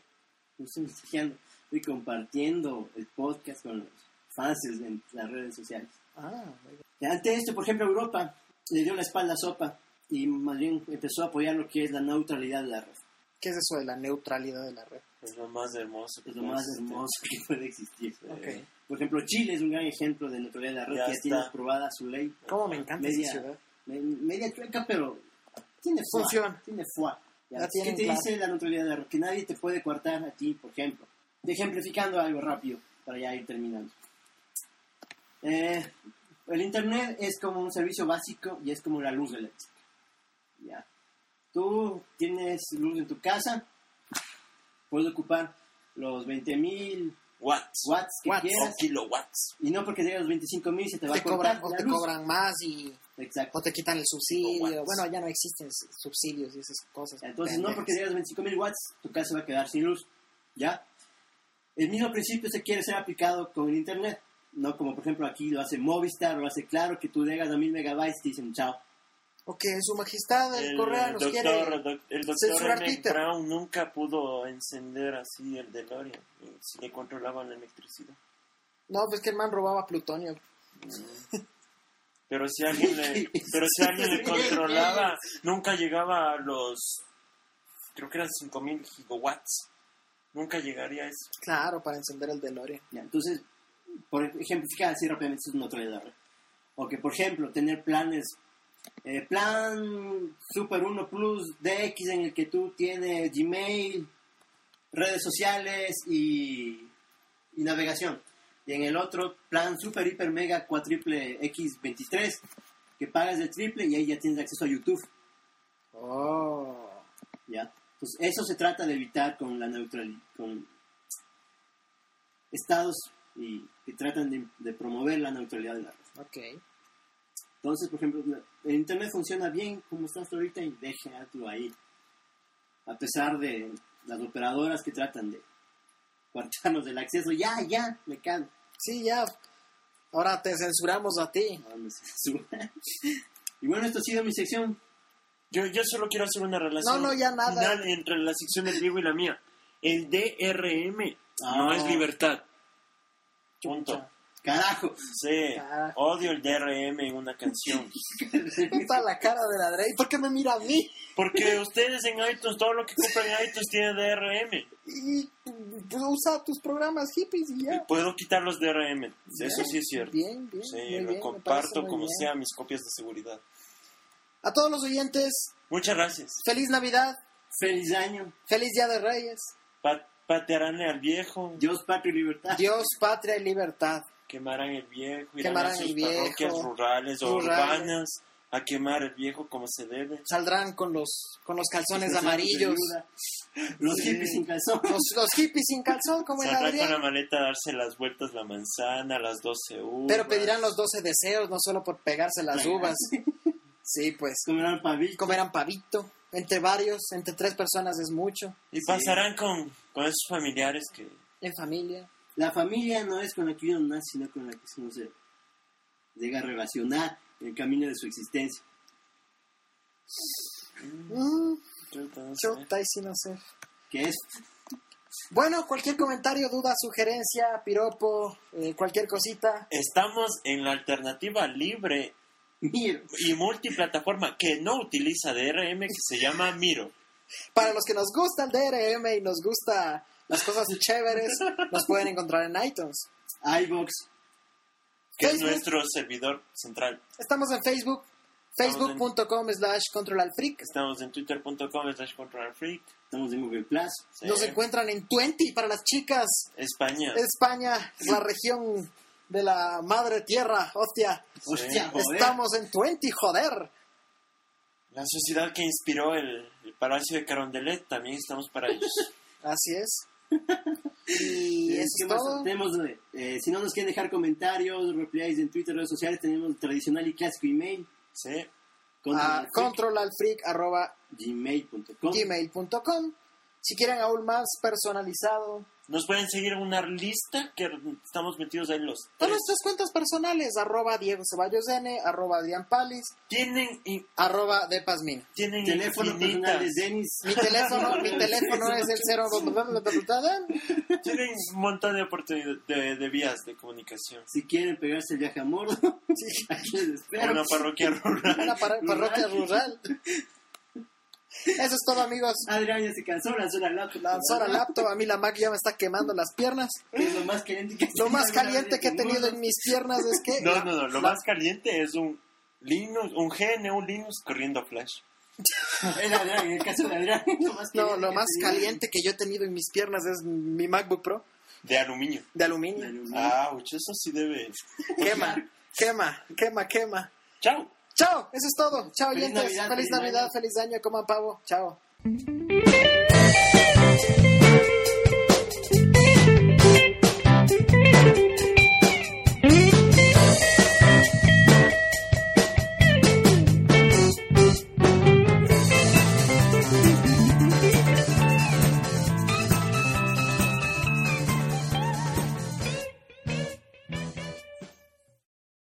E: No estoy mensajeando, estoy compartiendo el podcast con los fans en las redes sociales.
D: Ah, muy bien.
E: Y Ante esto, por ejemplo, Europa le dio la espalda a Sopa y más bien empezó a apoyar lo que es la neutralidad de la red.
D: ¿qué es eso de la neutralidad de la red?
F: Es lo más hermoso. que
E: Es lo más
F: existe.
E: hermoso que puede existir.
D: Ok.
E: Por ejemplo, Chile es un gran ejemplo de neutralidad de la red,
F: Ya
E: que ya tiene
F: está.
E: aprobada su ley.
D: ¿Cómo me encanta
E: Media.
D: esa ciudad?
E: Me- Media chueca, pero tiene fuá.
D: Funciona.
E: Tiene fuá. Ya,
D: La
E: ¿Qué
D: tienen
E: te
D: clara.
E: dice la neutralidad de la red? Que nadie te puede coartar a ti, por ejemplo. Ejemplificando algo rápido, para ya ir terminando. Eh, el Internet es como un servicio básico y es como la luz eléctrica. Ya. Tú tienes luz en tu casa, puedes ocupar los 20.000
F: Watts.
E: watts que
D: Watts.
E: quieras.
F: O kilowatts.
E: Y no porque llegues a los 25.000 se te va
D: Te
E: a cortar
D: cobran, o
E: la
D: te
E: luz.
D: cobran más y
E: Exacto.
D: o te quitan el subsidio.
F: watts.
D: Bueno, ya no existen s- subsidios y esas cosas.
E: Entonces, no porque
D: pendejas.
E: llegas a 25.000 watts, tu casa va a quedar sin luz. ¿Ya? El mismo principio se quiere ser aplicado con el Internet. No como, por ejemplo, aquí lo hace Movistar, lo hace Claro, que tú llegas a 1000 megabytes y dicen chao.
D: O que su majestad el,
F: El
D: Correa nos
F: doctor,
D: quiere.
F: doc- el doctor
D: censurar
F: M.
D: Twitter.
F: Brown nunca pudo encender así el DeLorean. eh, Si le controlaban la electricidad.
D: No, pues que el man robaba plutonio.
C: Pero si alguien le, pero si alguien le controlaba, nunca llegaba a los, creo que eran 5000 gigawatts. Nunca llegaría a eso.
D: Claro, para encender el DeLorean.
E: Ya, entonces, por ejemplificar así rápidamente, esto es una traidora. O que, por ejemplo, tener planes, eh, plan Super 1 Plus DX en el que tú tienes Gmail, redes sociales y, y navegación. Y en el otro, plan Super Hiper Mega Cuatriple X23, que pagas el triple y ahí ya tienes acceso a YouTube.
D: Oh.
E: ¿ya? Entonces, eso se trata de evitar con la neutralidad, con estados y que tratan de, de promover la neutralidad de la red.
D: Ok.
E: Entonces, por ejemplo, la- el Internet funciona bien como está hasta ahorita y déjalo ahí. A pesar de las operadoras que tratan de coartarnos del acceso, ya, ya, me cago.
D: Sí, ya. Ahora te censuramos a ti.
E: Ahora me censura. y bueno, esto ha sido mi sección.
C: Yo, yo solo quiero hacer una relación
D: No, no, ya nada.
C: final entre la sección del Diego y la mía. El DRM no
E: Ah.
C: es libertad. Punto.
E: Carajo.
C: Sí,
D: Ah.
C: odio el DRM en una canción.
D: Puta la cara de la Drake. ¿Por qué me mira a mí?
C: Porque ustedes en iTunes, todo lo que compran en iTunes tiene DRM.
D: Y pues, usa tus programas hippies y
C: Y
D: ya.
C: puedo quitar los DRM. Eso
D: Bien,
C: sí es cierto.
D: Bien, bien. muy
C: Sí,
D: bien,
C: lo
D: me parece
C: comparto
D: muy
C: como
D: bien.
C: sea mis copias de seguridad.
D: A todos los oyentes,
C: Muchas gracias.
D: feliz Navidad,
E: Feliz año.
D: feliz Día de Reyes.
C: Pa- patearán al viejo,
E: Dios, patria y libertad.
D: Dios, patria y libertad.
C: quemarán el viejo, irán
D: Quemarán
C: a sus
D: el viejo.
C: parroquias rurales o
D: Rurales.
C: urbanas a quemar el viejo como se debe.
D: Saldrán con los, con los calzones
E: Los santos de
D: amarillos.
E: ayuda. Los
D: Sí.
E: hippies sin calzón.
D: Los, los hippies sin calzón, como el
C: Saldrán con la
D: Adrián.
C: maleta a darse las vueltas la manzana a las 12 uvas.
D: Pero pedirán los 12 deseos, no solo por pegarse las uvas. Sí, pues.
E: Comerán pabil.
D: Comerán pavito. Entre varios, entre tres personas es mucho.
C: Y pasarán con, con esos familiares que...
D: En familia.
E: La familia no es con la que uno nace, sino con la que uno se llega a relacionar en el camino de su existencia.
D: Mm,
C: Chuta, no sé.
D: chuta, y sí no sé.
E: Que es
D: Bueno, cualquier comentario, duda, sugerencia, piropo, eh, cualquier cosita.
C: Estamos en la alternativa libre
E: Miro.
C: y multiplataforma que no utiliza DRM que se llama Miro.
D: Para los que nos gusta el DRM y nos gusta las cosas chéveres, nos pueden encontrar en iTunes.
E: iBox.
C: que es
D: Facebook.
C: nuestro servidor central.
D: Estamos en Facebook,
C: Estamos en-
D: facebook.com slash controlalfreak.
C: Estamos en twitter.com slash controlfreak.
E: Estamos en Google Plus. Eh,
C: Sí.
D: Nos encuentran en Twenty para las chicas.
C: España.
D: España, la región de la madre tierra, hostia.
C: Sí.
E: Hostia, joder.
D: Estamos en Twenty, joder.
C: La sociedad que inspiró el, el Palacio de Carondelet, también estamos para ellos.
D: Así es. Y
E: Eh,
D: eso
E: ¿qué
D: es
E: más
D: todo.
E: tenemos? Eh, eh, si no nos quieren dejar comentarios, replies en Twitter, redes sociales, tenemos el tradicional y clásico email.
C: Sí.
D: A Ah,
E: Contra
D: controlalfreak.gmail.com
E: gmail.com.
D: Si quieren aún más personalizado,
C: Nos pueden seguir en una lista que estamos metidos ahí los tres.
D: todas nuestras cuentas personales, arroba Diego Ceballos N, arroba Adrián Palis,
C: Tienen, in-
D: arroba De Pazmina.
C: tienen
E: Teléfono personal
C: infinitas,
E: de Denis.
D: Mi teléfono, mi teléfono es el 0.
C: tienen un montón de oportunidades de, de vías de comunicación.
E: Si quieren pegarse el viaje a Mordo, aquí les espero.
C: Una parroquia rural.
D: Una par- parroquia rural. Eso es todo, amigos.
E: Adrián ya se cansó, lanzó la laptop.
D: Lanzó la laptop. A mí la Mac ya me está quemando las piernas.
E: Es lo más caliente que,
D: Lo más caliente que he tenido en mis piernas es que.
C: No, no, no. Lo más caliente es un Linux, un GNU Linux corriendo a Flash.
E: El Adrián, en el caso de Adrián. Lo más
D: No, lo más
E: que he tenido.
D: caliente que yo he tenido en mis piernas es mi MacBook Pro
C: De aluminio.
D: de aluminio.
C: Ah, eso sí debe.
D: Quema, quema, quema, quema.
C: Chao.
D: Chao, eso es todo. Chao,
E: Feliz
D: oyentes.
E: Navidad,
D: feliz
E: feliz
D: Navidad,
E: año.
D: feliz año. Coman pavo. Chao.